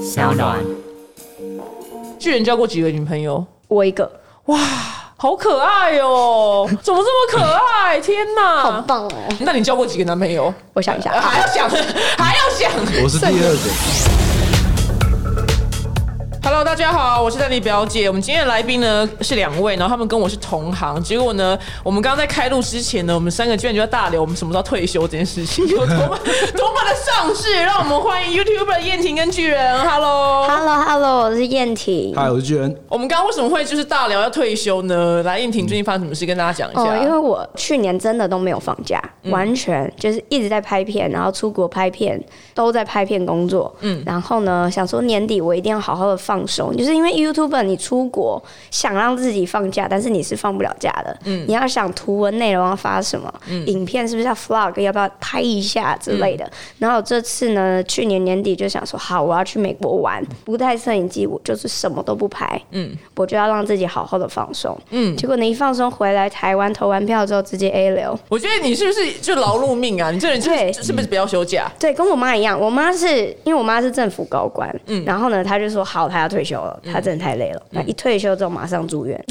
小暖。巨人交过几个女朋友？我一个，好可爱哦、怎么这么可爱？天好哪！棒哦！那你交过几个男朋友？我想一下呃，还要想， 还要想。我是第二 Hello，大家好，我是丹妮表姐。我们今天的来宾呢是两位，然后他们跟我是同行。结果呢，我们刚刚在开录之前呢，我们三个居然就在大聊我们什么时候退休这件事情，有多么 多么的上智。让我们欢迎 YouTuber 燕婷跟巨人。Hello， Hello Hello，我是燕婷个。。哎嗨，我是巨人。我们刚刚为什么会就是大聊要退休呢？来，燕婷最近发生什么事，跟大家讲一哦，因为下。嗯我去年真的都没有放假，完全就是一直在拍片，然后出国拍片，都在拍片工作。嗯，然后呢，想说年底我一定要好好的放松，就是因为 YouTuber 你出国想让自己放假，但是你是放不了假的。嗯，你要想图文内容要发什么，嗯影片是不是要 vlog，要不要拍一下之类的。然后我这次呢，去年年底就想说，好，我要去美国玩，不带摄影机，我就是什么都不拍。嗯，我就要让自己好好的放松。嗯，结果你一放松回来台湾投完票之后，直接 A 流。我觉得你是不是就劳碌命啊？你这人就是对是不是不要休假？对，跟我妈一样，我妈是因为我妈是政府高官，嗯，然后呢，她就说好，她要退休了，嗯她真的太累了，那、一退休之后马上住 院，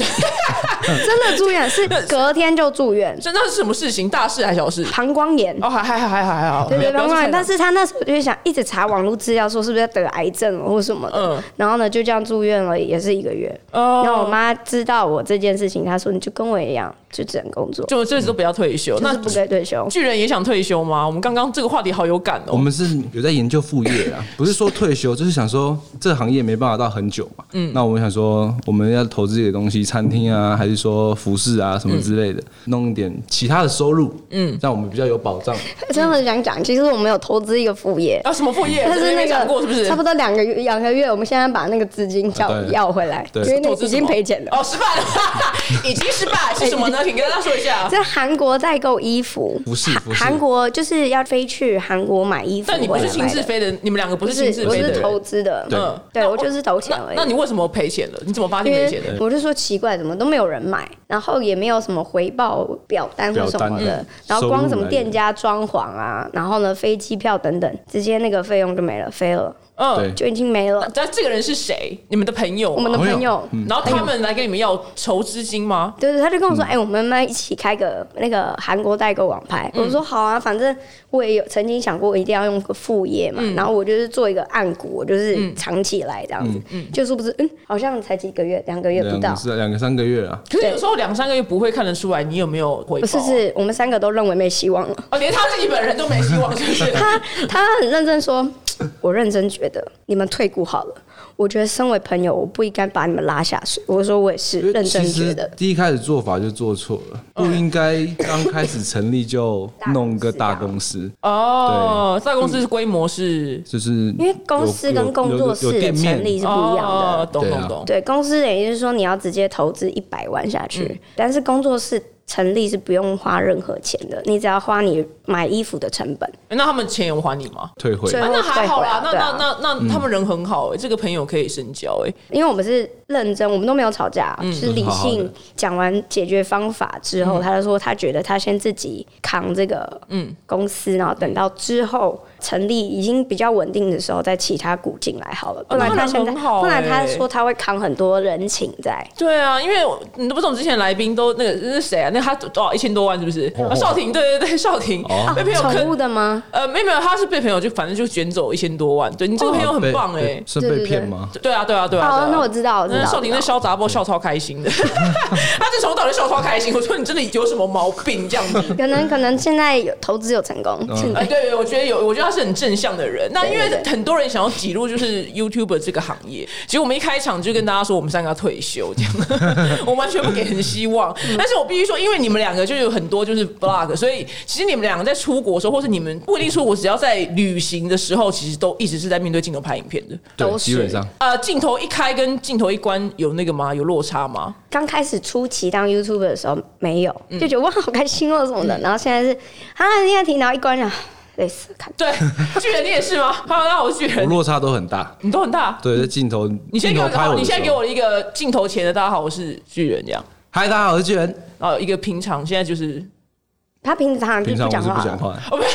真的住院是隔天就住院，这那是什么事情？大事还是小事？膀胱炎。哦，还还还还好还好，嗯对对，不要膀胱炎，但不要是她那时候就想一直查网络资料，说是不是得癌症了或什么的，嗯然后呢就这样住院了，也是一个月。哦然后我妈知道我这件事情，她说你就跟我一样，就只能工作，就这次都不要退休。就那是不可以退休。巨人也想退休吗？我们刚刚这个话题好有感哦、我们是有在研究副业啦，不是说退休，就是想说这个行业没办法到很久嘛。嗯，那我们想说我们要投资自己的东西，餐厅啊，还是说服饰啊什么嗯之类的，弄一点其他的收入，嗯，让我们比较有保障。 真的很想讲，其实我们有投资一个副业，啊，什么副业？但是没那讲过是不个是？差不多两个月，两个月，我们现在把那个资金叫啊对要回来，因对为那投资已什么经赔钱了。哦，失败了， 已经失败是什么呢？请跟大家说一 下。在韩国代购衣服，服饰韩服饰韩国就是要飞去韩国买衣服回但来的。你不是亲自飞的，你们两个不不是亲自是我飞是的。投资的，对嗯对那我就是投钱而已那那你为什么赔钱了？你怎么发现因赔钱的为？我就说奇怪，怎么都没有人买，然后也没有什么回报表单或什么表单的嗯，然后光什收入么来源店家装潢啊，然后呢飞机票等等，直接那个费用就没了，飞了嗯对，就已经没了。但这个人是谁？你们的朋友吗？我们的朋朋友友，嗯然后他们来跟你们要筹资金吗？对对，他就跟我说，哎、我们来一起开个那个韩国代购网拍。嗯我说好啊，反正我也有曾经想过一定要用个副业嘛，嗯然后我就是做一个案股，我就是藏起来这样子，就是不是嗯，好像才几个月，两个月不两到个。是两个三个月啊，可是有时候两三个月不会看得出来你有没有回报啊。不是，是我们三个都认为没希望 了。哦，连他自己本人都没希望，是不是？ 他他很认真说，我认真觉得你们退股好了。我觉得身为朋友，我不应该把你们拉下水。我说我也是认真其觉实得。嗯第一开始做法就做错了，不应该刚开始成立就啊弄个大公司，哦，大公司规模是就是因为公司有有跟工作室有有的店面成嗯立是不一样的，哦懂对懂啊懂。对，公司等于是说你要直接投资一百万下去，嗯但是工作室成立是不用花任何钱的，你只要花你买衣服的成本。那他们钱有还你吗？退回所以啊、那还好啦，那对那啊那嗯那他们人很好哎、欸，这个朋友可以深交哎、欸，因为我们是认真，我们都没有吵架，嗯就是理好好性的讲完解决方法之后，他就说他觉得他先自己扛这个嗯公司，然后等到之后成立已经比较稳定的时候，再其他股进来好了。不然哦那他现在，很好不然他欸说他会扛很多人情在。对啊，因为我你都不懂之前来宾都那个那是谁啊？那他多少一千多万是不是？啊，少婷，对对对，少婷、哦被朋友啊宠物坑，的吗？呃，没有没有，他是被朋友就反正就卷走一千多万，对你哦这个朋友很棒哎、被欸被。是哦对被对骗对吗？对啊，对啊，对啊！哦对啊那我知道我知道少婷我那知道笑杂波笑超开心的， 他这从头到尾笑超开心。我说你真的有什么毛病这样子？可能可能现在有投资有成功，嗯现哎，在对，我觉得有，我觉得他是很正向的人。那因为对对对很多人想要挤入就是 YouTuber 这个行业，结果我们一开场就跟大家说我们三个要退休，这样， 我完全不给人希望。嗯但是我必须说，因为你们两个就有很多就是 blog，所以其实你们两个在出国的时候，或是你们不一定出国，只要在旅行的时候，其实都一直是在面对镜头拍影片的。都对，是基本上呃，镜头一开跟镜头一关有那个吗？有落差吗？刚开始初期当 YouTuber 的时候没有，嗯就觉得哇好开心哦什么的，然后现在是啊现在停，然后一关了，累死看。对， 巨人你也是吗？Hello，大家好，我是巨我人，落差都很大。你都很大。对，在镜头，你先镜给我头一个拍好，我，你现在给。我一个镜头前的大家好，我是巨人这样。嗨，大家好，我是巨人。 然后一个平常现在就是他平常就平常不我讲是不话讲了，话的，哦，不是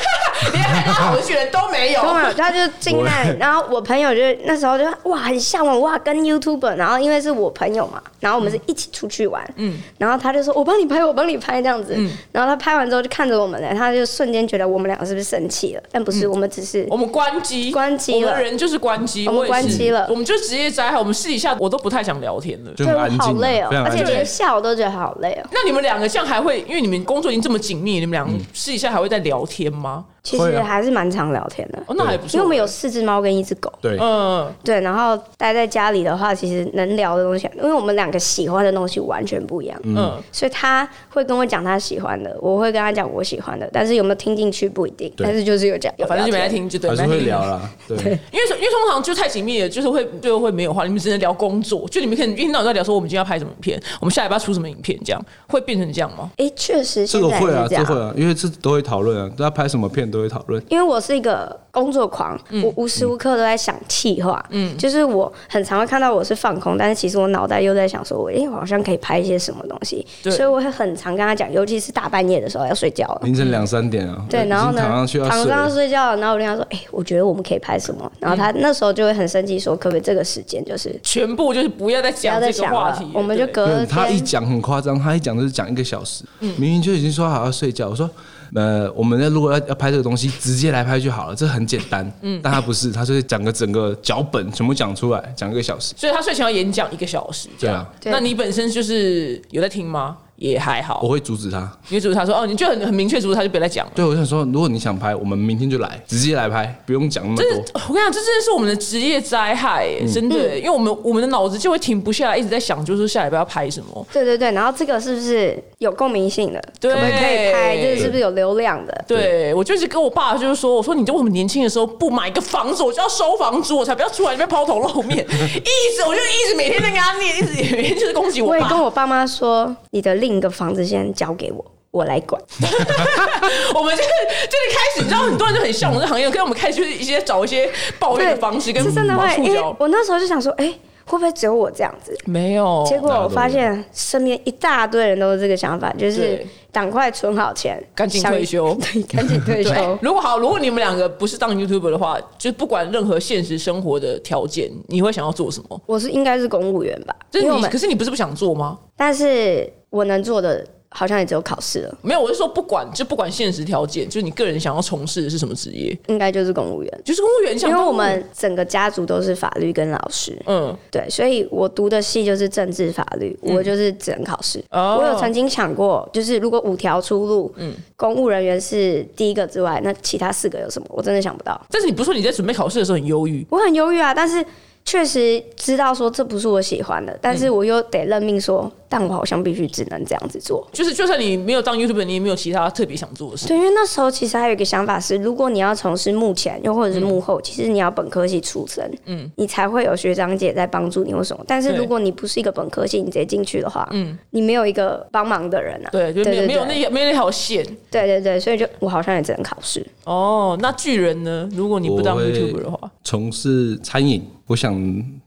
连海拉好文学人都没有。都没有，他就进来，然后我朋友就那时候就哇很向往哇跟 YouTuber，然后因为是我朋友嘛，然后我们是一起出去玩，嗯，然后他就说我帮你拍，我帮你拍这样子，嗯然后他拍完之后就看着我们了，他就瞬间觉得我们两个是不是生气了？但不嗯是，我们只是我哦们关机，关机我们了人就是关机，我们也是关机了我们就职业灾害，我们私底下我都不太想聊天了。对就很我安静啊，好累哦非，常而安且静。连笑我都觉得好累哦。那你们两个这样还会，因为你们工作已经这么紧密，你们两嗯个私底下还会在聊天吗？其会实啊还是蛮常聊天的，哦，那还不错，因为我们有四只猫跟一只狗。对，嗯，对，然后待在家里的话，其实能聊的东西，因为我们两个喜欢的东西完全不一样，嗯所以他会跟我讲他喜欢的，我会跟他讲我喜欢的，但是有没有听进去不一定，对但是就是有讲，有反正就没聊在天。听，就对，还没是在会听聊啦，对，因为因为通常就太紧密了，就是会最后会没有话，你们只能聊工作，就你们可能一天到晚在聊说我们今天要拍什么影片，我们下礼拜出什么影片，这样会变成这样吗？诶，确实这现个在也会啊，是这这样。嗯会啊，因为这都会讨论啊，大家拍什么片都会讨论。因为我是一个工作狂，嗯我无时无刻都在想气话，嗯，就是我很常会看到我是放空，但是其实我脑袋又在想说，我、诶，我好像可以拍一些什么东西，对所以我会很常跟他讲，尤其是大半夜的时候要睡觉了，凌晨两三点啊，对，已然后经呢，躺上去要躺睡上了，嗯睡觉，然后我就跟他说：“哎、我觉得我们可以拍什么？”然后他那时候就会很生气，说：“可不可以这个时间就是全部就是不要再不要讲再这个想话了题了，，我们就对隔对嗯他一天。”讲很夸张，他一讲就是讲一个小时，明明就已经说好要睡觉。我说，呃，我们要如果要要拍这个东西，直接来拍就好了，这很简单。但他不是，他就是讲个整个脚本全部讲出来，讲一个小时。所以他睡前要演讲一个小时，这样。对啊对那你本身就是有在听吗？也还好我。会阻止他。你主持他说哦，你就很很明确阻止他，就别再讲了。对，我想说，如果你想拍，我们明天就来，直接来拍，不用讲那么这是多。我跟你讲，这真的是我们的职业灾害、耶嗯真的、因为我们我们的脑子就会停不下来，一直在想，就是下礼拜要拍什么。对对对，然后这个是不是有共鸣性的？对我们可以拍，这个是不是有流量的？对，我就是跟我爸就是说，我说你为什么年轻的时候不买一个房子，我就要收房租，我才不要出来这边抛头露 面，一直我就一直每天在跟他念，一直每天就是攻击我我也爸。跟我爸妈说，你的另一个房子先交给我，我来管。 我们就是就是开始，你知道很多人就很向往这行业，跟我们开始就是一些找一些抱怨的方式跟是真的会，触因为角。我那时候就想说，哎、会不会只有我这样子？没有，结果大家我都发一样现身边一大堆人都是这个想法，就是对赶快存好钱，赶紧想退休 对，赶紧退对休，。如果好，如果你们两个不是当 YouTuber 的话，就不管任何现实生活的条件，你会想要做什么？我是应该是公务员吧，就因是为我你，们可，是你不是不想做吗？但是我能做的好像也只有考试了，没有，我是说不管，就不管现实条件，就是你个人想要从事的是什么职业，应该就是公务员，就是公务员想因为当我啊公务员。们整个家族都是法律跟老师。嗯，对，所以我读的系就是政治法律，我就是只能考试。哦我有曾经想过，就是如果五条出路，公务人员是第一个之外，那其他四个有什么？我真的想不到。但是你不是说你在准备考试的时候很忧郁？我很忧郁啊，但是确实知道说这不是我喜欢的，但是我又得认命说，但我好像必须只能这样子做。就是就算你没有当 YouTuber，你也没有其他特别想做的事。对，因为那时候其实还有一个想法是，如果你要从事幕前又嗯或者是幕后，其实你要本科系出身，嗯，你才会有学长姐在帮助你或什么。但是对如果你不是一个本科系，你直接进去的话，嗯，你没有一个帮忙的人啊，对，就没有对没有对那没有那条线。对对对，所以就我好像也只能考试。哦，那巨人呢？如果你不当我会 YouTuber 的话，从事餐饮，我想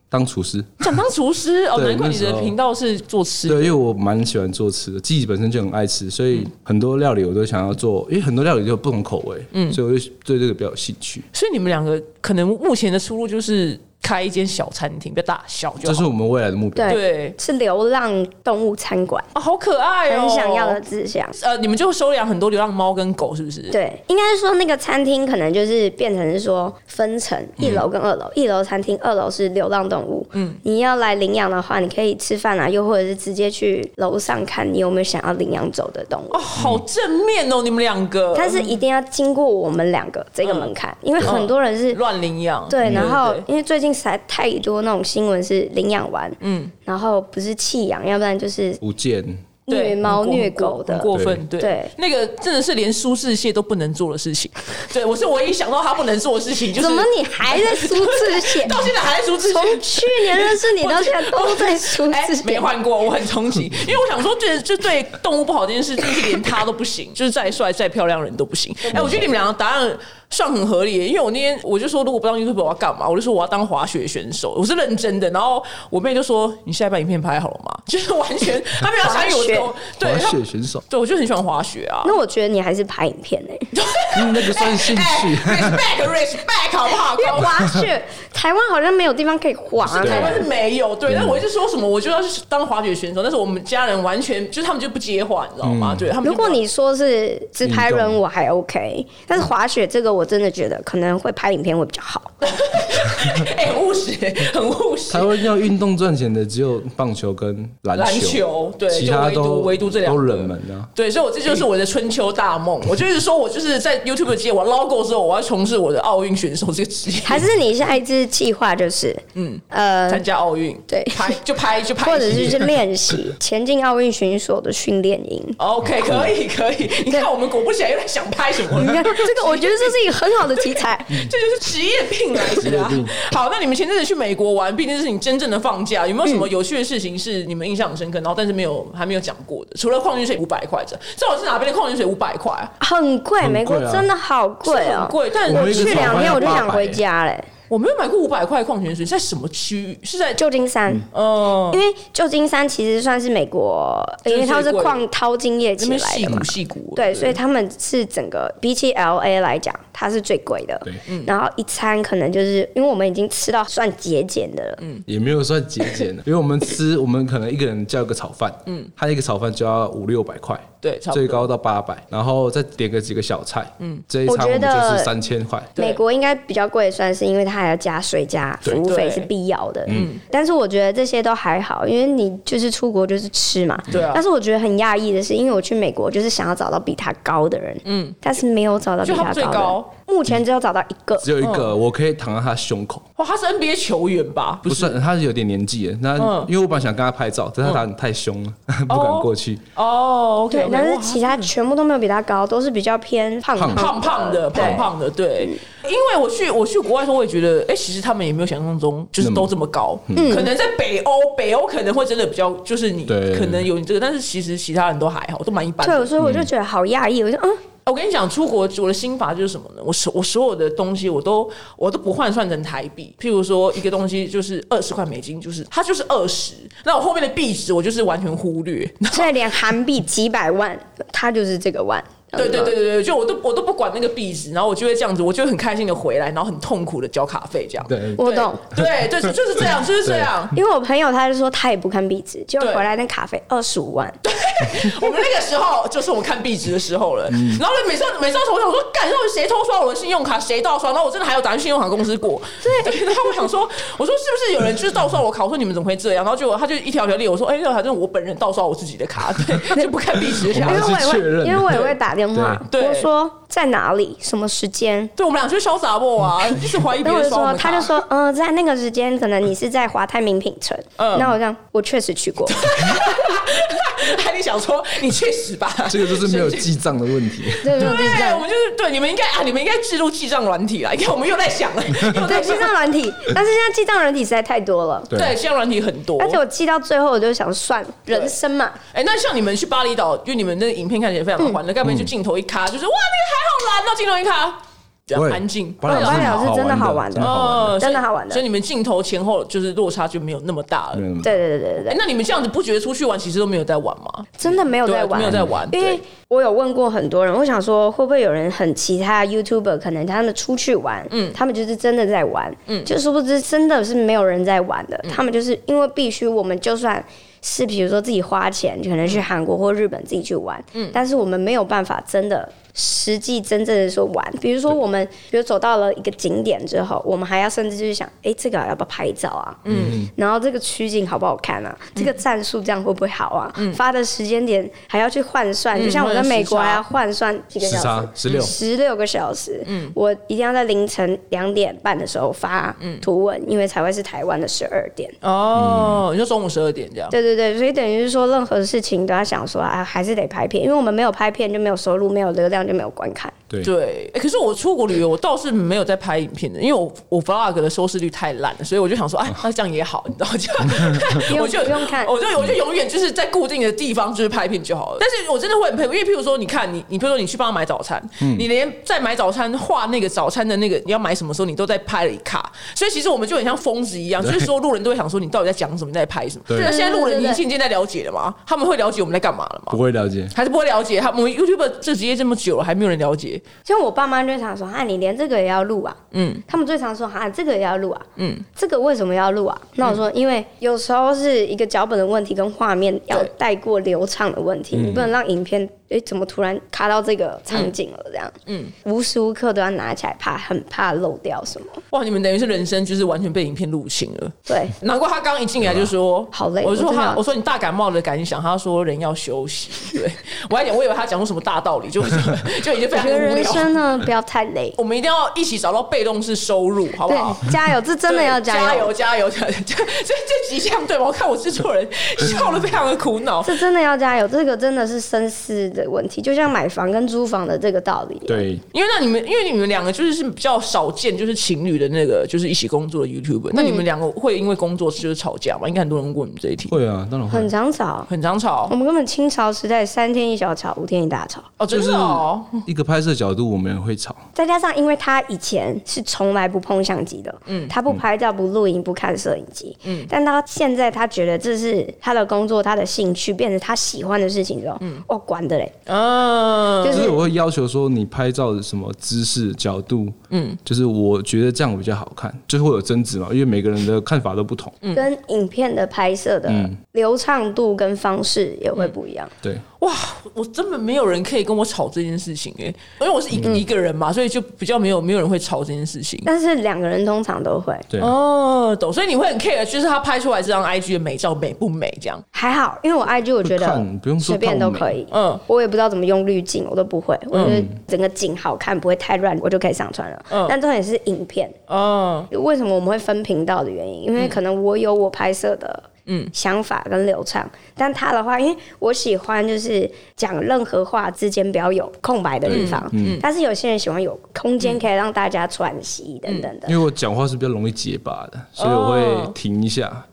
当厨师。你想当厨师哦， 对难怪那你时的候频道是做吃对，因为我蛮喜欢做吃的，自己本身就很爱吃，所以很多料理我都想要做，因为很多料理都有不同口味，嗯所以我就对这个比较有兴趣。所以你们两个可能目前的出路就是开一间小餐厅，不要大小就这是好。我们未来的目标。对对是流浪动物餐馆，啊，好可爱哦、很想要的。志向。呃，你们就收养很多流浪猫跟狗，是不是？对，应该是说那个餐厅可能就是变成是说分层，一楼跟二嗯楼，一楼餐厅，二楼是流浪动物。嗯，你要来领养的话，你可以吃饭啊，又或者是直接去楼上看你有没有想要领养走的动物。哦，好正面哦、你们两个。但是一定要经过我们两个这个门槛，因为很多人是。乱领养，对，然嗯后哦对对因为最近实在太多那种新闻是领养完，嗯，然后不是弃养，要不然就是福建对虐猫很过虐狗很的，过分，对对那个真的是连舒适蟹都不能做的事情。对我是唯一想到他不能做的事情，就是？怎么你还在输字写 到现在还在舒适蟹？从去年认识你到现在都在输哎字写，没换过，我很憧憬，因为我想说，这这对动物不好这件事，真的是连他都不行，就是再帅再漂亮的人都不行。哎、我觉得你们两个答案算很合理耶，因为我那天我就说，如果不当 YouTube 我要干嘛？我就说我要当滑雪选手，我是认真的。然后我妹就说：“你下一版影片拍好了吗？” 就是完全她没有参与我的，滑对，滑她雪选手，对，我就很喜欢滑雪啊。那我觉得你还是拍影片呢、欸嗯那个算兴趣。 respect respect 哎好不 好？因为滑雪，台湾好像没有地方可以滑、台湾欸。是没有，对。嗯但我一直说什么，我就要去当滑雪选手，但是我们家人完全就是他们就不接话，你知道嗯吗？对他们就如不。果你说是自拍运人，动我还 OK，但是滑雪这个我真的觉得可能会拍影片会比较好。 哎、很务实，很务实台。湾要运动赚钱的只有棒球跟篮球，篮球对，其就他唯独都唯独这两都个冷门啊。对，所以我这就是我的春秋大梦。我就是说我就是在 YouTube 界我 logo 之后，我要从事我的奥运选手这个职业，还是你下一支计划就是，嗯，呃，参加奥运，对拍就拍就拍，或者是去练习前进奥运巡所的训练营。 OK，可以可以。你看我们果不其然又在想拍什么你了。看，这个我觉得这是一个很好的题材。这就是职业病来职着、业啊病。好，那你们前阵子去美国玩，毕竟是你真正的放假，有没有什么嗯有趣的事情是你们印象很深刻，然后但是没有还没有讲过的？除了矿泉水五百块这，这我是哪边的矿泉水五百块啊？很贵，很贵啊美国真的好贵是哦、很贵但我们一个去早两餐天要我就想800回家嘞。我没有买过五百块矿泉水，在什么区域？是在旧金山，呃，因为旧金山其实算是美国，就是因为它最是贵的矿淘金业那起边来戏的嘛骨。戏骨，对，所以他们是整个比起 L A 来讲，它是最贵的对。嗯然后一餐可能就是因为我们已经吃到算节俭的了，嗯也没有算节俭啊的，因为我们吃，我们可能一个人叫一个炒饭，嗯，他一个炒饭就要五六百块，对，差不多最高到八百，然后再点个几个小菜，嗯，这一餐我我觉们得就是三千块，对美国应该比较贵，算是因为它还要加税加服对务费对是必要的。嗯，但是我觉得这些都还好，因为你就是出国就是吃嘛。对啊但是我觉得很讶异的是，因为我去美国就是想要找到比他高的人，嗯，但是没有找到比就他他们最高的人高，目前只有找到一个。只有一个，我可以躺在他胸口，哇，他是 NBA 球员吧？不算，他是有点年纪了，那嗯因为我本来想跟他拍照，但是他打太凶了， 不敢过去，哦，OK，对，但是其他全部都没有比他高，都是比较偏胖胖胖胖的，嗯对胖胖的，对。因为我去我去国外的时候，我也觉得，哎、其实他们也没有想象中就是都这么高。可能在北欧，北欧可能会真的比较，就是你对可能有你这个，但是其实其他人都还好，都蛮一般的。对，所以我就觉得好讶异，我就 嗯，我跟你讲，出国我的心法就是什么呢？我所我所有的东西我都我都不换算成台币。譬如说一个东西就是二十块美金，就是它就是二十，那我后面的币值我就是完全忽略。所以连韩币几百万，他就是这个万。对对对对对，就我都我都不管那个币值，然后我就会这样子，我就会很开心的回来，然后很痛苦的交卡费这样。对，我懂。对对，就就是这样，就是这样。因为我朋友他就说他也不看壁纸，结果对回来那卡费二十五万，我们那个时候就是我们看壁纸的时候了。然后呢，每次每次我想说，干，到底谁偷刷我的信用卡？谁盗刷？然后我真的还有打去信用卡公司过。 对，然后我想说，我说是不是有人就是盗刷我卡？我说你们怎么会这样？然后结果他就一条条列，我说哎，那反正我本人盗刷我自己的卡，对，就不看壁纸卡我因们为。我也还是确认会，的因为我也会打电话，对我说在哪里，什么时间。对，我们俩就是潇洒过啊，一直怀疑别然后我人就刷我说，们他卡就。说，嗯、在那个时间，可能你是在华泰名品城。嗯那我这样，我确实去过， 还你想说，你确实吧，这个就是没有记账的问题，对对对，这对，我样。们就是对你们应该啊，你们应该置入记账软体啦。你看，我们又在想了，又在对，记账软体，但是现在记账软体实在太多了，对，记账软体很多，而且我记到最后，我就想算了人生嘛，哎、那像你们去巴厘岛，因为你们那个影片看起来非常的欢乐，该不会就镜头一卡，嗯就是哇，那个海好蓝哦，镜头一卡，比较不会安静。巴厘岛巴厘岛是好真的好玩玩的真的好玩的，哦所以真的好玩的所以你们镜头前后就是落差就没有那么大了。没有那么对对对对对哎、。那你们这样子不觉得出去玩其实都没有在玩吗？真的没有在对啊玩，没有在玩因为对我有问过很多人，我想说会不会有人很其他 YouTuber，可能他们出去玩，嗯，他们就是真的在玩，嗯，就殊不知真的是没有人在玩的，嗯他们就是因为必须我们就算。是，比如说自己花钱，可能去嗯韩国或日本自己去玩，嗯，但是我们没有办法真的实际真正的说玩。比如说我们，比如走到了一个景点之后，我们还要甚至就是想，哎、这个要不要拍照啊？嗯，然后这个取景好不好看啊？这个战术这样会不会好啊？发的时间点还要去换算，就像我在美国嗯还要换算几个时小差时。十六，十六个小时，嗯，我一定要在凌晨两点半的时候发图文，因为才会是台湾的十二点。哦，你说中午十二点这样。对对对，所以等于是说，任何事情都要想说啊，还是得拍片，因为我们没有拍片就没有收入，没有流量就没有观看。对对、欸可是我出国旅游，我倒是没有在拍影片的，因为我我 vlog 的收视率太烂了，所以我就想说，哎，那这样也好，你知道这样， 用我就不用看嗯我就我就永远就是在固定的地方就是拍片就好了。但是我真的会很佩服，因为譬如说，你看你你譬如说你去帮他买早餐，你连在买早餐画那个早餐的那个你要买什么时候，你都在拍了一卡，所以其实我们就很像疯子一样，就是说路人都会想说你到底在讲什么，你在拍什么？对那现在路人对对已对经渐渐在了解了嘛，他们会了解我们在干嘛了嘛不？会了解。还是不会了解他，我们 YouTube 这职业这么久了，还没有人了解。像我爸妈最常说啊，你连这个也要录啊，嗯，他们最常说啊，这个也要录啊，嗯，这个为什么要录啊？那我说，因为有时候是一个脚本的问题跟画面要对带过流畅的问题，你不能让影片诶怎么突然卡到这个场景了这样，嗯，无时无刻都要拿起来，怕很怕漏掉什么，哇，你们等于是人生就是完全被影片入侵了。对，难怪他刚一进来就说啊好累我说我真他的，我说你大感冒的感想，他说人要休息。对我还讲，我以为他讲出什么大道理， 就就已经非 我常觉得无人聊。生呢不要太累，我们一定要一起找到被动式收入，好不好？对，加油，这真的要对加加油，油加油加 油！这这这几项对吗？我看我制 作人笑得非常的苦恼。这真的要加油，这个真的是深思的问题，就像买房跟租房的这个道理，，对，因为那你们，因为你们两个就是是比较少见，就是情侣的那个，就是一起工作的 YouTube、那嗯你们两个会因为工作就是吵架吗？应该很多人问过你们这一题，会啊，当然很会。常找。很常吵我们根本清朝时代三天一小吵，五天一大吵。哦，真的哦，一个拍摄角度，我们也会吵。再加上，因为他以前是从来不碰相机的，嗯，他不拍照、不录影、不看摄影机，嗯，但他现在他觉得这是他的工作、他的兴趣，变成他喜欢的事情之后，嗯，哦，管的嘞，嗯，就就是是我会要求说，你拍照的什么姿势、角度，嗯，就是我觉得这样比较好看，就是会有争执嘛，因为每个人的看法都不同。跟影片的拍摄的流畅度跟方式也会不一样。对，哇，我根本没有人可以跟我吵这件事情哎、因为我是一、一个人嘛，所以就比较没有没有人会吵这件事情。但是两个人通常都会，对啊，哦，懂，所以你会很 care，就是他拍出来这张 IG 的美照美不美这样。还好，因为我 IG 我觉不得看不用说随便到都美可以，嗯我也不知道怎么用滤镜，我都不会，我觉得整个景好看，不会太乱，我就可以上传了。但重点是影片，哦，为什么我们会分频道的原因，因为可能我有我拍摄的。嗯，想法跟流畅，但他的话，因为我喜欢就是讲任何话之间不要有空白的地方，但是有些人喜欢有空间可以让大家喘息等等的因，为我讲话是比较容易结巴的，所以我会停一下。哦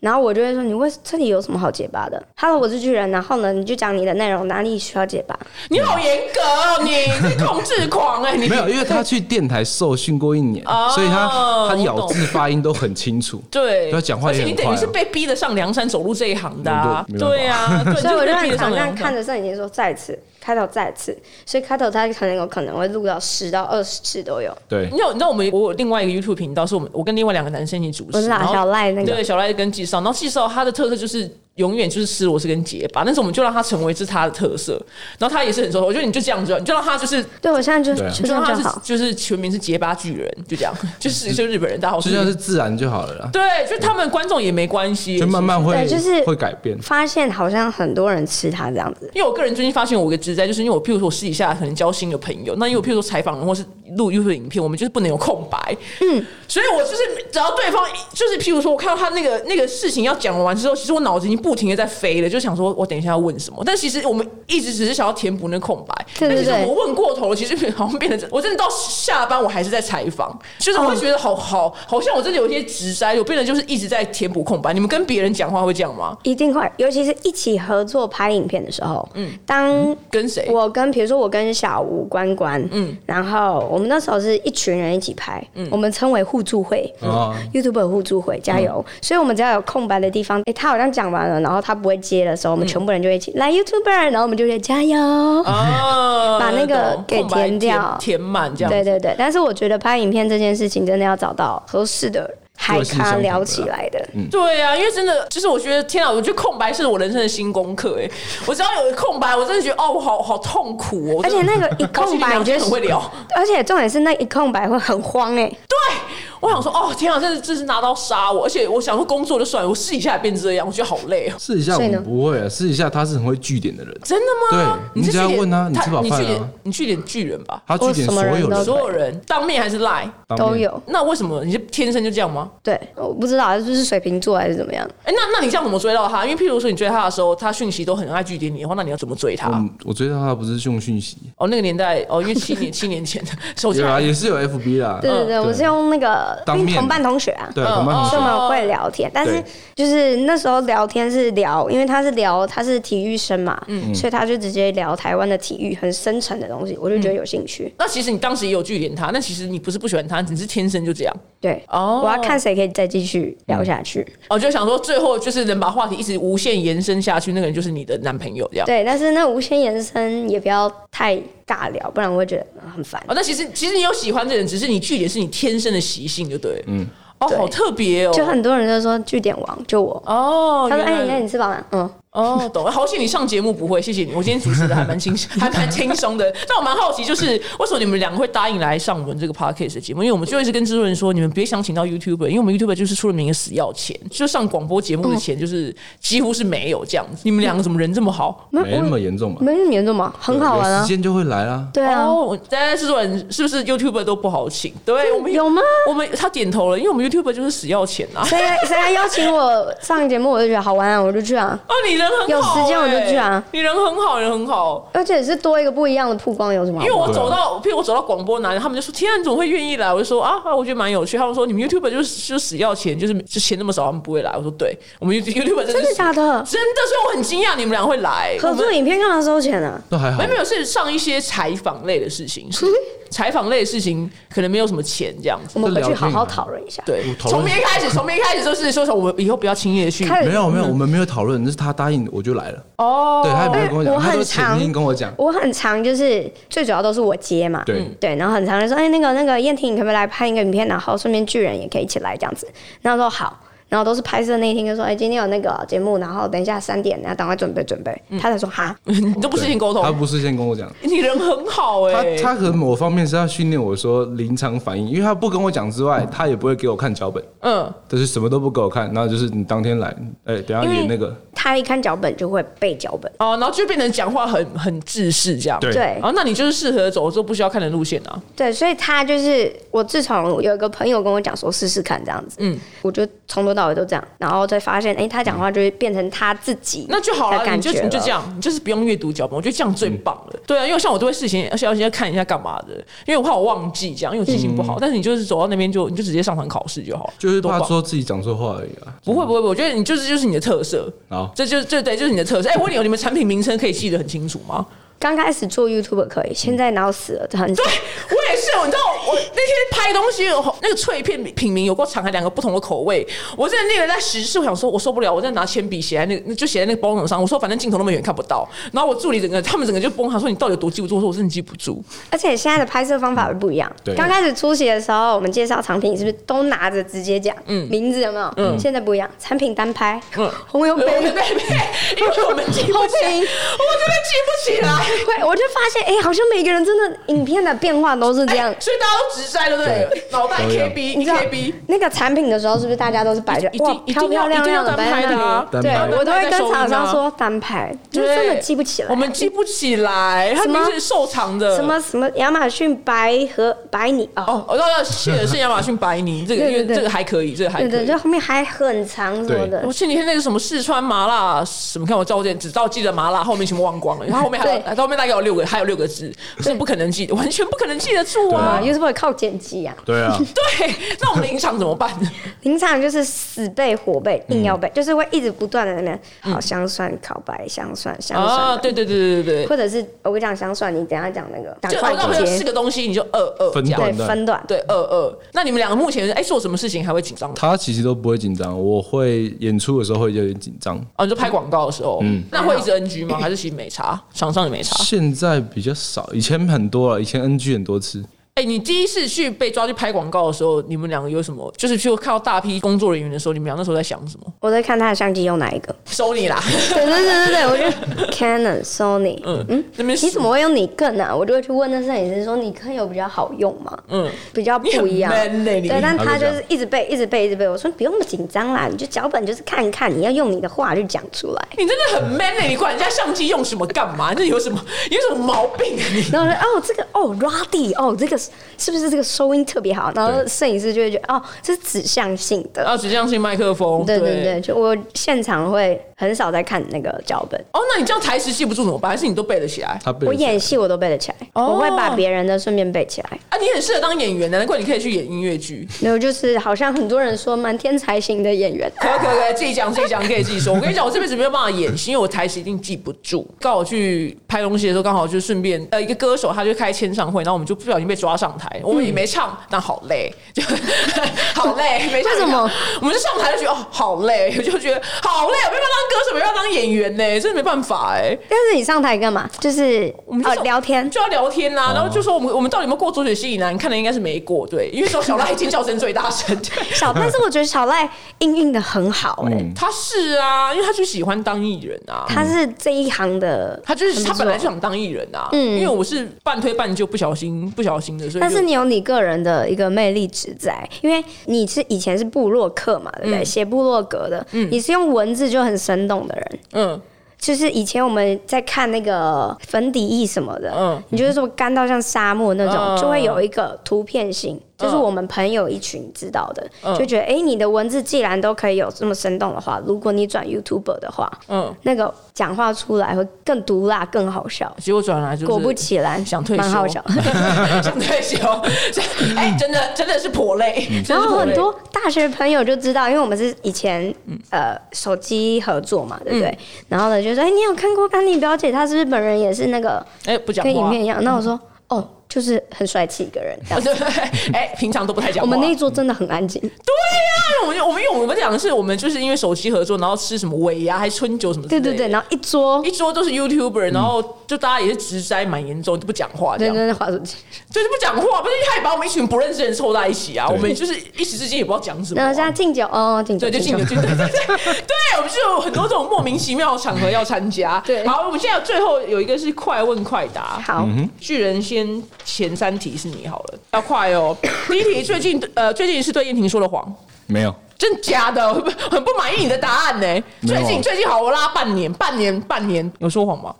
然后我就会说你为这里有什么好结巴的？Hello，我是巨人，然后呢，你就讲你的内容哪里需要结巴，你好严格哦，你是控制狂哎、你没有，因为他去电台受训过一年哦，所以他他我咬懂字发音都很清楚。对，他讲话而也且很你等于快啊是被逼得上梁山走路这一行的、啊嗯，对对啊，对， 所以我 就就是被逼得上很常这梁样看山。着摄影机说再一次开头再一次，所以开头他可能有可能会录到十到二十次都有。对你，知道，你知道我们我有另外一个 YouTube 频道，是我们我跟另外两个男生一起主我持，是然拿后小赖那个对，小赖跟纪少，然后纪少他的特色就是永远就是吃螺丝跟结巴，但是我们就让他成为这是他的特色，然后他也是很熟，我觉得你就这样子，你就让他就是。对我现在就对啊就你这就让样他就是好。就是全名是结巴巨人，就这样，就是就是日本人，大家好，就像是自然就好了啦，对，就他们观众也没关系，就慢慢会对就是会改变。发现好像很多人吃他这样子，因为我个人最近发现我有一个职在，就是因为我譬如说我私底下可能交新的朋友，那因嗯为我譬如说采访人或是录 YouTube 影片，我们就是不能有空白。嗯，所以我就是只要对方就是譬如说我看到他那个那个事情要讲完之后，其实我脑子已经不停的在飞了，就想说我等一下要问什么，但其实我们一直只是想要填补那空白。对对对但其实我问过头了，其实好像变得我真的到下班我还是在采访，就是我会觉得好好好像我真的有一些职灾，我变得就是一直在填补空白。你们跟别人讲话会这样吗？一定会，尤其是一起合作拍影片的时候，嗯，当跟谁？我跟比如说我跟小吴关关，嗯，然后我们那时候是一群人一起拍，我们称为互助会，哦 YouTuber 互助会，加油！所以我们只要有空白的地方，诶，他好像讲完了，然后他不会接的时候，我们全部人就会一起、来 YouTuber，然后我们就会加油。哦，把那个懂给空白填掉填满这样。对对对，但是我觉得拍影片这件事情真的要找到合适的海咖聊起来的，对啊，因为真的就是我觉得天啊，我觉得空白是我人生的新功课哎、我只要有空白，我真的觉得哦，我好好痛苦哦。我而真的 且那个一高兴空白，良你觉心得很会聊。而且重点是那一空白会很慌诶，对，我想说，哦天啊，这是这是拿刀杀我！而且我想说工作就算了，我试一下也变这样，我觉得好累哦。试一下所以呢我不会啊，试一下他是很会据点的人，真的吗？你对你是只要去点问啊他你吃饱你饭去了点你去点巨人吧，他据点我什么所人有都人所有人当面还是赖。当面都有。那为什么你是天生就这样吗？对，我不知道就是水瓶座还是怎么样。哎、那那你这样怎么追到他？因为譬如说你追他的时候，他讯息都很爱据点你的话，那你要怎么追他？我嗯我追到他不是用讯息，哦，那个年代哦，因为七年七年前的手机有啊，还也是有 FB 啦，对对对，嗯我是用那个当因为面同伴同学啊，对，嗯同伴同所以学我哦们会聊天，但是对就是那时候聊天是聊，因为他是聊他是体育生嘛，所以他就直接聊台湾的体育很深层的东西，我就觉得有兴趣。那其实你当时也有据点他，那其实你不是不喜欢他，只是天生就这样。对，哦我要看谁可以再继续聊下去。哦，就想说最后就是能把话题一直无限延伸下去，那个人就是你的男朋友这样。对，但是那无限延伸也不要太尬聊，不然我会觉得呃很烦。哦，那其实其实你有喜欢这人，只是你据点是你天生的习性，就对。嗯。哦，好特别哦。就很多人就说据点王就我，哦，他说：“原来哎，你看你吃饱了？”嗯，哦，懂了。好险你上节目不会，谢谢你。我今天主持的还蛮轻， 还蛮轻松的。但我蛮好奇，就是为什么你们两个会答应来上我们这个 podcast 的节目？因为我们就一直跟制作人说，你们别想请到 YouTuber，因为我们 YouTuber 就是出了名的死要钱，就上广播节目哦的钱就是几乎是没有这样子。你们两个怎么人这么好？没没那么严重吧？没那么严重嘛，很好玩有啊时。间就会来啦。对啊，哦，我大家制作人是不是 YouTuber 都不好请？对，我们有吗？我们他点头了，因为我们 YouTuber 就是死要钱啊。谁来谁来邀请我上节目，我就觉得好玩啊，我就去啊。哦，你人很好、欸，欸有时间我就去啊。你人很好，人很好。而且是多一个不一样的曝光，有啊什么好因为玩？我走到，譬如我走到广播男，他们就说：“天啊，你怎么会愿意来？”我就说：“啊，啊我觉得蛮有趣。”他们说：“你们 YouTube 就是就死要钱，就是就钱那么少，他们不会来。”我说：“对， 我们 YouTube 真的真的是假的？真的，所以我很惊讶你们俩会来。合作影片干嘛收钱啊？那还好没有，没有是上一些采访类的事情， 是采访类的事情可能没有什么钱这样子我。们回去好这聊天好啊讨论一下。对，讨从论明天开始，从明天开始就是说，我们以后不要轻易的去。开始没有没有，我们没有讨论，那是他答应我就来了。哦，对他也不会跟我哎我讲，他很嗯都前常天跟我讲。我很常就是最主要都是我接嘛，对对，然后很常就说，哎、那个那个燕婷，你可不可以来拍一个影片？然后顺便巨人也可以一起来这样子。然后说好，然后都是拍摄那一天就说，哎、今天有那个节目，然后等一下三点，然后赶快准备准备。嗯他才说哈，你都不嗯对事情沟他通，不是先跟我讲。你人很好他哎。他可能某方面是要训练我说临场反应，因为他不跟我讲之外，他也不会给我看脚本，嗯，就是什么都不给我看，然后就是你当天来，哎、等一下因为演那个，他一看脚本就会背脚本。哦，然后就变成讲话很很自视这样。对对哦，那你就是适合走这不需要看的路线啊。对，所以他就是我。自从有一个朋友跟我讲说试试看这样子，嗯，我就从头到尾都这样，然后再发现，哎、他讲话就会变成他自己，那就好的了，感你就觉嗯你就了这样，你就是不用阅读脚本，我觉得这样最棒了。对啊，因为像我都会事前，而且而且要看一下干嘛的，因为我怕我忘记这样，因为我记性不嗯好。但是你就是走到那边就你就直接上场考试就好了，就是多怕棒说自己讲错话而已啊。不会不会，不会我觉得你就是就是你的特色，好，这就这对就是你的特色。哎、我问你哦，你们产品名称可以记得很清楚吗？刚开始做 YouTube 可以，现在脑死了，很少。我也是，你知道我那天拍东西，那个脆片品名有够长，还两个不同的口味。我真的那个在实试，我想说我受不了，我在拿铅笔写在那个，就写在那个包装上。我说反正镜头那么远看不到。然后我助理整个他们整个就崩，他说你到底有多记不住？我说我真的记不住。而且现在的拍摄方法会不一样。对刚开始出席的时候，我们介绍产品是不是都拿着直接讲？名字有没有？现在不一样，产品单拍。嗯红油对杯。对 对，因为我们记不起来，我真的记不起 来。会，我就发现，哎、好像每个人真的影片的变化都是这样。所以大家都直摘，对不对？脑袋 KB 你知道 KB。那个产品的时候，是不是大家都是摆着一定哇一定漂要漂亮亮的一定要单拍的啊摆在那里单对拍我都单拍在会跟收厂银啊商说单拍，就是真的对记不起来。我们记不起来，它什么名字是瘦长的什么什么亚马逊白和白泥哦，哦，我知道要谢尔是亚马逊白泥，这个对对因为对这个还可以，这个还对可对，以。就后面还很长什么的我。前几天那个什么四川麻辣什么，看我照片只照记得麻辣，后面全部忘光了。然后后面还有对后面大概有六个，还有六个字，是不可能记，完全不可能记得住啊啊。 ，YouTube 靠剪辑啊，对啊，对，那我们临场怎么办？平常就是死背活背，硬要嗯背，就是会一直不断的那边好香蒜烤白香蒜香蒜 啊，嗯对对对对对，或者是哦我跟你讲香蒜，你等一下讲那个赶就快我们有直四接个东西，你就二二分这样段对分段，对二二。那你们两个目前哎做什么事情还会紧张吗？他其实都不会紧张，我会演出的时候会有点紧张，哦，你就拍广告的时候，那会一直 NG 吗？还是其实没差，场上也没差？啊现在比较少，以前很多了，以前 NG 很多次，哎、你第一次去被抓去拍广告的时候，你们两个有什么？就是去看到大批工作人员的时候，你们俩那时候在想什么？我在看他的相机用哪一个。收你啦！对对对对对，我就 Canon、Sony。嗯，那边你怎么会用你更啊？我就会去问那摄影师说：“你更有比较好用吗？”嗯嗯，比较不一样。你很 man 欸你对，但他就他就这是一直背，一直背，一直背。我说：“你不用那么紧张啦，你就脚本就是看一看，你要用你的话去讲出来。你真的很 man 哎、你管人家相机用什么干嘛？这有什么有什么毛病啊 你？”然后我说：“哦，这个哦 r o d y 哦，这个是是不是这个收音特别好？”然后对摄影师就会觉得：“哦，这是指向性的。然后指向性麦克风，对对对，就我现场会很少在看那个脚本，哦，那你这样台词记不住怎么办？还是你都背得起来？他被我演戏我都背得起来，哦我会把别人的顺便背起来。啊，你很适合当演员的，难怪你可以去演音乐剧。没有，就是好像很多人说蛮天才型的演员，可可可，自己讲自己讲，可以自己说。我跟你讲，我这辈子没有办法演戏，因为我台词一定记不住。刚好去拍东西的时候，刚好就顺便呃，一个歌手他就开签唱会，然后我们就不小心被抓上台，我们也没唱，但好累，就好累，没唱为什么？我们就上台就觉得哦，好累，我就觉得好累，我没办法当歌手，没办法当演员呢、真的没办法哎、但是你上台干嘛？就是我们就哦是聊天，就要聊天呐、然后就说我们我们到底有没有过左水吸引呢？你看的应该是没过，对，因为说小赖尖叫声最大声，对 小，但是我觉得小赖应应的很好哎、嗯他是啊，因为他就喜欢当艺人啊，他是这一行的，嗯他就是很不他错本来就想当艺人啊，嗯因为我是半推半就，不小心不小心的，所以但是就你有你个人的一个魅力值在，因为你是以前是部落客嘛，对不对？嗯写、部落格的，你是用文字就很生动的人。嗯，就是以前我们在看那个粉底液什么的，嗯你就是说干到像沙漠那种，嗯就会有一个图片性，就是嗯我们朋友一群知道的，嗯就觉得哎、诶你的文字既然都可以有这么生动的话，如果你转 YouTuber 的话，嗯嗯，那个讲话出来会更毒辣、更好笑。结果转来就是果不其然，想退休蛮好笑。 想退休，哎、真的真的是颇累，真 嗯然的是嗯后颇很累。多大学朋友就知道，因为我们是以前呃手机合作嘛，对不嗯对？然后呢就说，哎、你有看过丹妮表姐，她是不是本人也是那个哎、不讲跟影话，片一样？那我说，哦，就是很帅气一个人。这 样对，哎、平常都不太讲话。我们那一桌真的很安静，我们我们因为我们讲的是我们就是因为手机合作，然后吃什么尾牙还春酒什么之对类的，对对，然后一桌一。桌都是 YouTuber，然后就大家也是直栽蛮严重，都不讲话这对样对，对，滑手机。就是不讲话，不是因为他也把我们一群不认识的人凑在一起啊，对我们就是一时之间也不知道讲什么然啊、后现在敬酒，哦，敬酒，对，就进酒了，。进对对对， 对我们就有很多这种莫名其妙的场合要参加。对好，我们现在最后有一个是快问快答，好，巨人先前三题是你好了，要快 哦。第一题，最近呃，最近是对燕婷说的谎，没有，真假的， 很不很不满意你的答案呢。没有最啊近最近好，我拉半年，半年，半年，有说谎吗？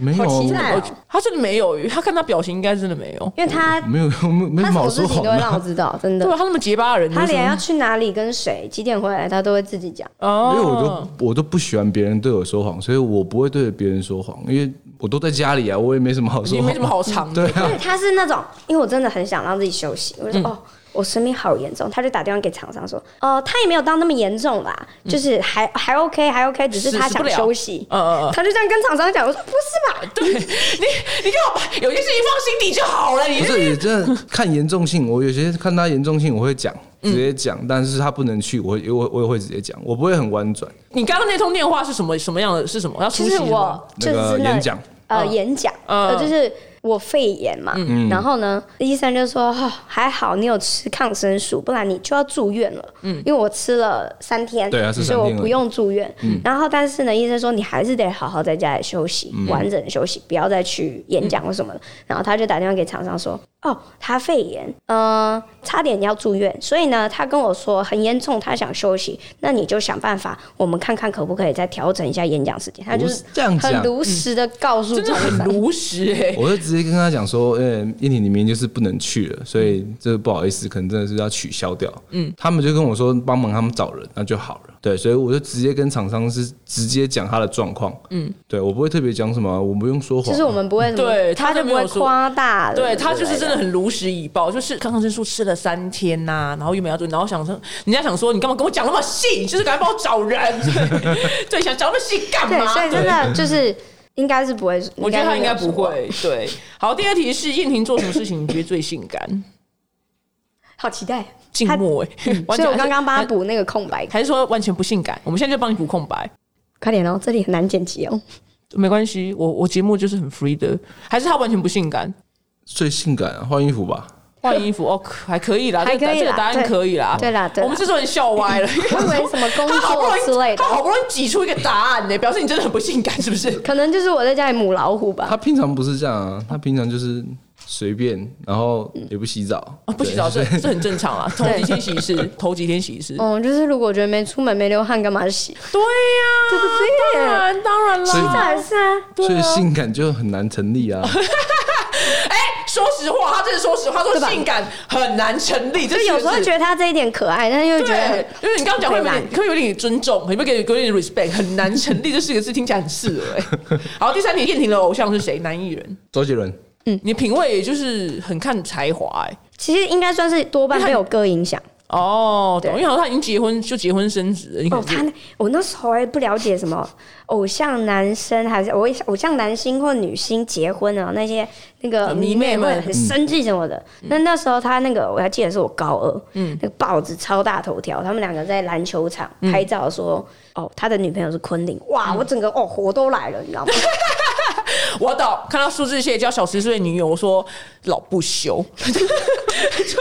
没有，啊好期待哦我他真的没有，他看他表情应该真的没有。因为他没有，我没没他什么什么好事说情谎都啊会让我的。知道，真对吧？啊的。他那么结巴的人，呃他连要就是去哪里、跟谁、几点回来，他都会自己讲。哦因为我都我都不喜欢别人对我说谎，所以我不会对别人说谎，因为我都在家里啊，我也没什么好说也谎。没什么好藏的对。啊对，，他是那种，因为我真的很想让自己休息，我就说、哦，我生病好严重，他就打电话给厂商说，呃，他也没有到那么严重啦，就是还还 OK，还 OK，只是死他死不想了休息，嗯嗯嗯他就这样跟厂商讲，我说不是吧？ 对你，你给我把有些事情放心底就好了。 你不这是，也真的看严重性。我有些看他严重性，我会讲，嗯直接讲。但是他不能去，我会我我也会直接讲，我不会很婉转。你刚刚那通电话是什么什么样的？是什么？要出就席是吗我就那是个那演讲呃嗯演讲，嗯呃就是我肺炎嘛，嗯然后呢，医生就说哦还好你有吃抗生素，不然你就要住院了，嗯因为我吃了三天，对啊是所三以我天而已嗯不用住院。然后但是呢，医生说你还是得好好在家里休息，嗯完整地休息，不要再去演讲或什么的。然后他就打电话给厂商说，哦，他肺炎，嗯，差点要住院，所以呢，他跟我说很严重，他想休息，那你就想办法，我们看看可不可以再调整一下演讲时间。他就我是哦是这样很讲如实嗯的告诉真的厂很商，如实哎、 我会直接跟他讲说，呃、燕婷，你明天就是不能去了，所以这不好意思，可能真的是要取消掉。嗯，他们就跟我说帮忙他们找人，那就好了。对，所以我就直接跟厂商是直接讲他的状况。嗯，对我不会特别讲什么，我不用说谎。就是我们不会什么，对他他就就没不有会说夸大了之类 对的，他就是真的很如实以报，就是抗生素吃了三天呐、然后又没有做，然后想说，人家想说你干嘛跟我讲那么细，就是赶快帮我找人， 对，对想讲那么细干对，嘛？所以真对的就是应该是不会，我觉得他应该没有不说会。对，好，第二题是燕婷做什么事情你觉得最性感？好期待。静默 哎、欸，完嗯所全以我刚刚帮他还是补那个空白， 还是说完全不性感？我们现在就帮你补空白，快点哦，这里很难剪辑哦。没关系，我我节目就是很 free 的，还是他完全不性感？最性感啊，换衣服吧。换衣服哦，可还可以啦，还这个可以啦这个答案可以啦。对对啦对啦我们这时候很笑歪了，因为 我以为什么工他 好不容作易之类的他，好不容易挤出一个答案呢、表示你真的很不性感，是不是？可能就是我在家里母老虎吧。他平常不是这样啊，他平常就是随便，然后也不洗澡啊，，不洗澡这这很正常啊，头几天洗一次，头几天洗一次。嗯，就是如果觉得没出门没流汗，干嘛洗？对呀、对不对当然当然所以啦。当然是啊，所以性感就很难成立啊。说实话，他真的说实话，他对说吧性感很难成立，这就有时候会觉得。得他这一点可爱，但是又觉对得，因为你刚刚讲会有点很，会有点尊重，你会给有点 respect，很难成立这四个字，听起来很刺耳、欸。好，第三题，燕婷的偶像是谁？男艺人。周杰伦，你品味也就是很看才华哎、其实应该算是多半被我哥影响。哦，懂，因对为好像他已经结婚，就结婚生子了，你可哦，能就他那我那时候还不了解什么偶像男生还是偶偶像男星或女星结婚啊，那些那个呃迷妹们嗯会很生气什么的。那那时候他那个我还记得是我高二，嗯，那个报纸超大头条，他们两个在篮球场嗯拍照说，哦，他的女朋友是昆凌，哇，我整个哦火都来了，你知道吗？ 我懂，看到苏志燮交小十岁女友，我说老不 休，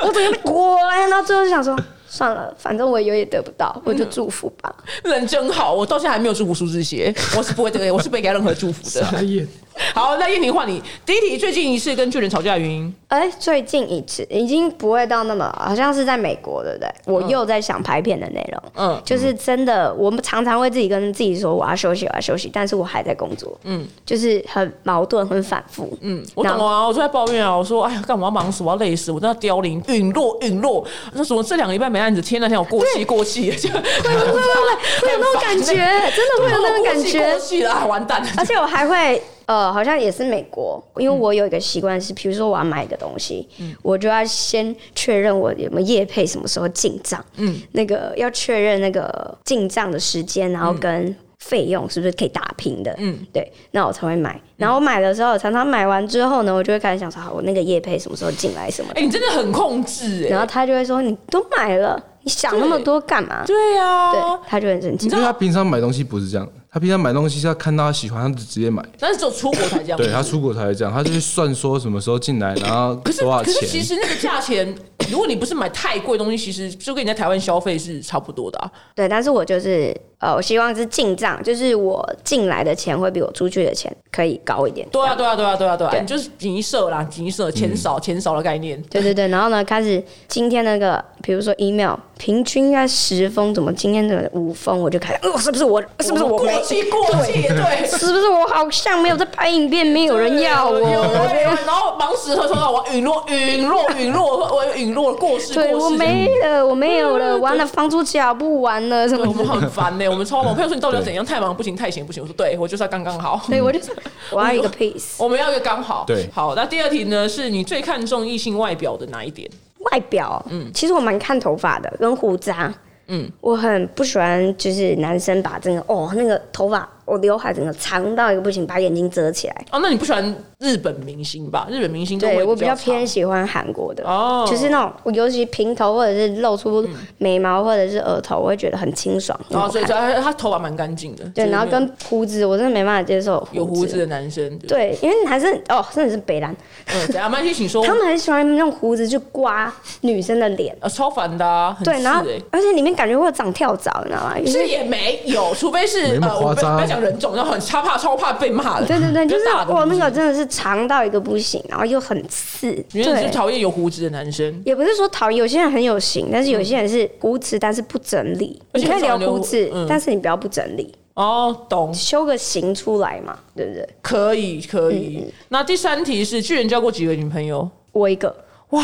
我整个果然到最后就想说。算了，反正我永远得不到，我就祝福吧。人真好。我到现在还没有祝福苏志燮，我是不会这 个，我是不会给他任何祝福的。眼，好，那燕婷换你，第一题最近一次跟巨人吵架的原因，哎、最近一次已经不会到那么，好像是在美国，对不对？我又在想拍片的内容，嗯就是真的，我们常常会自己跟自己说我要休息，我要休息，但是我还在工作，嗯，就是很矛盾，很反复，嗯我懂啊，我就在抱怨啊，我说哎呀，干嘛要忙死，我要累死，我真的凋零陨落陨落。那什么这两个礼拜没案子，天哪，天啊我过气 过气，就对对对对会有那种 感觉，真的会有那种感觉过，气了，哎完 蛋了。而且我还会。呃，好像也是美国，因为我有一个习惯是，比如说我要买一个东西，我就要先确认我有没有业配什么时候进账，嗯，那个要确认那个进账的时间，然后跟费用是不是可以打平的，嗯，对，那我才会买。然后我买的时候，常常买完之后呢，我就会开始想说，好，我那个业配什么时候进来什么的哎、你真的很控制哎、然后他就会说，你都买了，你想那么多干嘛？对啊，对，他就很生气因。为他平常买东西不是这样，他平常买东西是要看到他喜欢，他就直接买。但是只有出国才这样。对他出国才会这样，他就去算说什么时候进来，然后可是多少可是其钱。实那个价钱，如果你不是买太贵的东西，其实就跟你在台湾消费是差不多的啊。对，但是我就是呃，我希望是进账，就是我进来的钱会比我出去的钱可以高一点。对啊，对啊，对啊，对啊，对啊，对你就是紧一色啦，紧一嗯色，钱少钱少的概念。对对对，然后呢，开始今天那个，比如说 email，平均应该十封，怎么今天的五封，我就开始，呃，是不是我，是不是我过没，期过期？对。是不是我好像没有在拍影片，没有人要我，对我对然后忙死了，说到我陨落，陨落，陨落，我陨落了，过世，对过我世。没了，我没有了，完了，房租缴不完了，什对么我的们，很烦呢，我们超 忙。我朋友说你到底要怎样？太忙不行，太闲不行。我说对，我就是要刚刚好。所以我就说我要一个 piece，我们要一个刚好。对好，那第二题呢？是你最看重异性外表的哪一点？外表，嗯，其实我蛮看头发的，跟胡渣，嗯，我很不喜欢就是男生把整个哦那个头发，我刘海整个长到一个不行，把眼睛遮起来。哦，那你不喜欢日本明星吧？日本明星跟对我也比较长偏喜欢韩国的，哦就是那种我尤其平头或者是露出眉毛或者是额头，我会觉得很清爽，很然好哦后所以看。他他头发蛮干净的，对，然后就是跟胡子，我真的没办法接受有胡子。的男生，，对，因为男生哦，真的是北兰，嗯，怎样？曼西，请说，他们很喜欢用胡子去刮女生的脸，呃超烦的啊，很对，然后刺欸而且里面感觉会有长跳蚤，你知道吗？就是是也没 有，除非没是那么呃，我夸不张要啊不要讲人种，然后很超怕超怕被骂的， 对对对，比较就是大的哇，胡那子个真的是长到一个不行，然后又很刺。原来你对是，讨厌有胡子的男生。也不是说讨厌，有些人很有型，但是有些人是胡子，但是不整理。而你且可以留胡很子少留嗯，但是你不要不整理，哦，懂，修个型出来嘛，对不对？可以可嗯以。那第三题是巨人交过几个女朋友？我一个哇，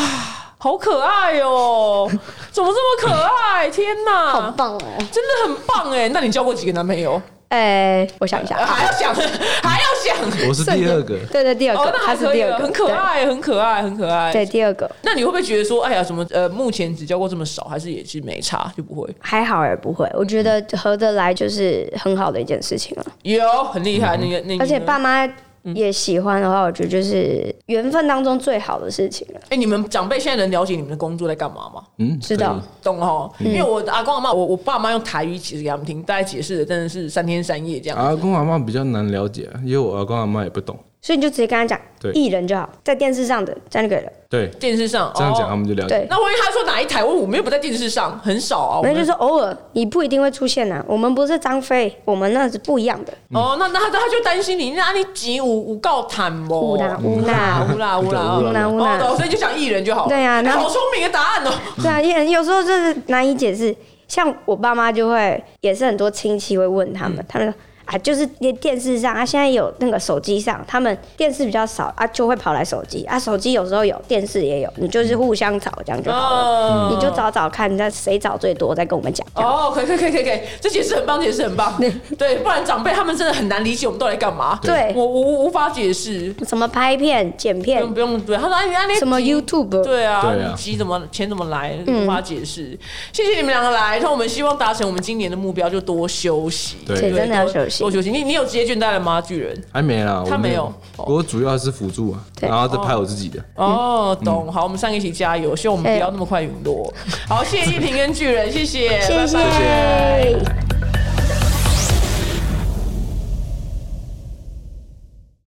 好可爱哦！怎么这么可爱？天好哪，棒哦！真的很棒哎！那你交过几个男朋 友？哎，我想一下，还要想， 还要想。我是第二个，对对，第二哦个，，那他还是可以第二了，个，很可爱，很可爱，很可爱。对。对，第二个那你会不会觉得说，哎呀，什么呃，目前只教过这么少，还是也是没差，就不会还好哎也不会，我觉得合得来就是很好的一件事情了。有很厉害那个那个。嗯而且爸妈嗯也喜欢的话，我觉得就是缘分当中最好的事情了。哎，你们长辈现在能了解你们的工作在干嘛吗？嗯，知道可以懂哦，嗯因为我的阿公阿妈，我我爸妈用台语解释给他们啊啊听，大概解释的真的是三天三夜这样。阿公阿妈比较难了解，因为我阿公阿妈也不懂。所以你就直接跟他讲对艺人就好，在电视上的这样就可以哦了。对，电视上这样讲他哦们就了解。对那万一他说哪一台？我我们又不在电视上，很少啊。我那们就是偶尔你不一定会出现啊，我们不是张飞，我们那是不一样的。嗯哦，那那他他就担心你，那你急五五告坦哦，有啦有啦乌啦 乌啦对有乌啦乌啦哦，所以就讲艺人就好了。对啊哎然后好聪明的答 案哦。对啊，也有时候就是难以解释。像我爸妈就会，也是很多亲戚会问他们，嗯他们说啊，就是电电视上啊，现在有那个手机上，他们电视比较少啊，就会跑来手机啊，手机有时候有，电视也有，你就是互相找这样就好了。哦你就找找看，那谁找最多，再跟我们讲。这样哦，可以可以可以可以可以，这解释很棒，解释很棒。对，不然长辈他们真的很难理解我们到底干嘛。 对我无无法解释，什么拍片、剪不片用，不用对，他说哎你哎你什么急 YouTube，嗯对啊，对啊你急怎么钱怎么来，无法解释。谢谢你们两个来，那我们希望达成我们今年的目标，就多休息。对对真的要多休息多休息。你你有职业倦怠了吗，巨人？还没啦，他我没有哦我主要是辅助啊，对然后再拍我自己的。哦，懂。好，我们三个一起加油，希望我们对不要那么快陨落。好，谢谢一平跟巨人，谢谢，谢拜谢拜。。